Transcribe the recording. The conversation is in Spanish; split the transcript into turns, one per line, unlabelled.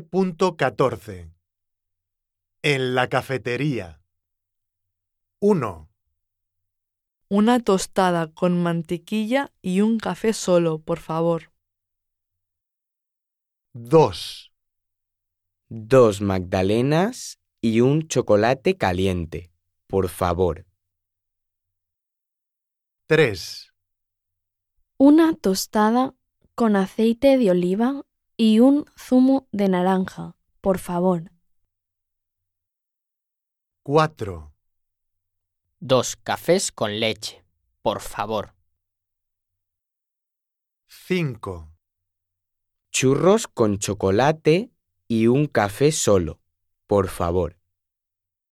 7.14 En la cafetería 1,
Una tostada con mantequilla y un café solo, por favor.
2,
Dos magdalenas y un chocolate caliente, por favor.
3,
Una tostada con aceite de oliva y un zumo de naranja, por favor.
4,
Dos cafés con leche, por favor.
5,
Churros con chocolate y un café solo, por favor.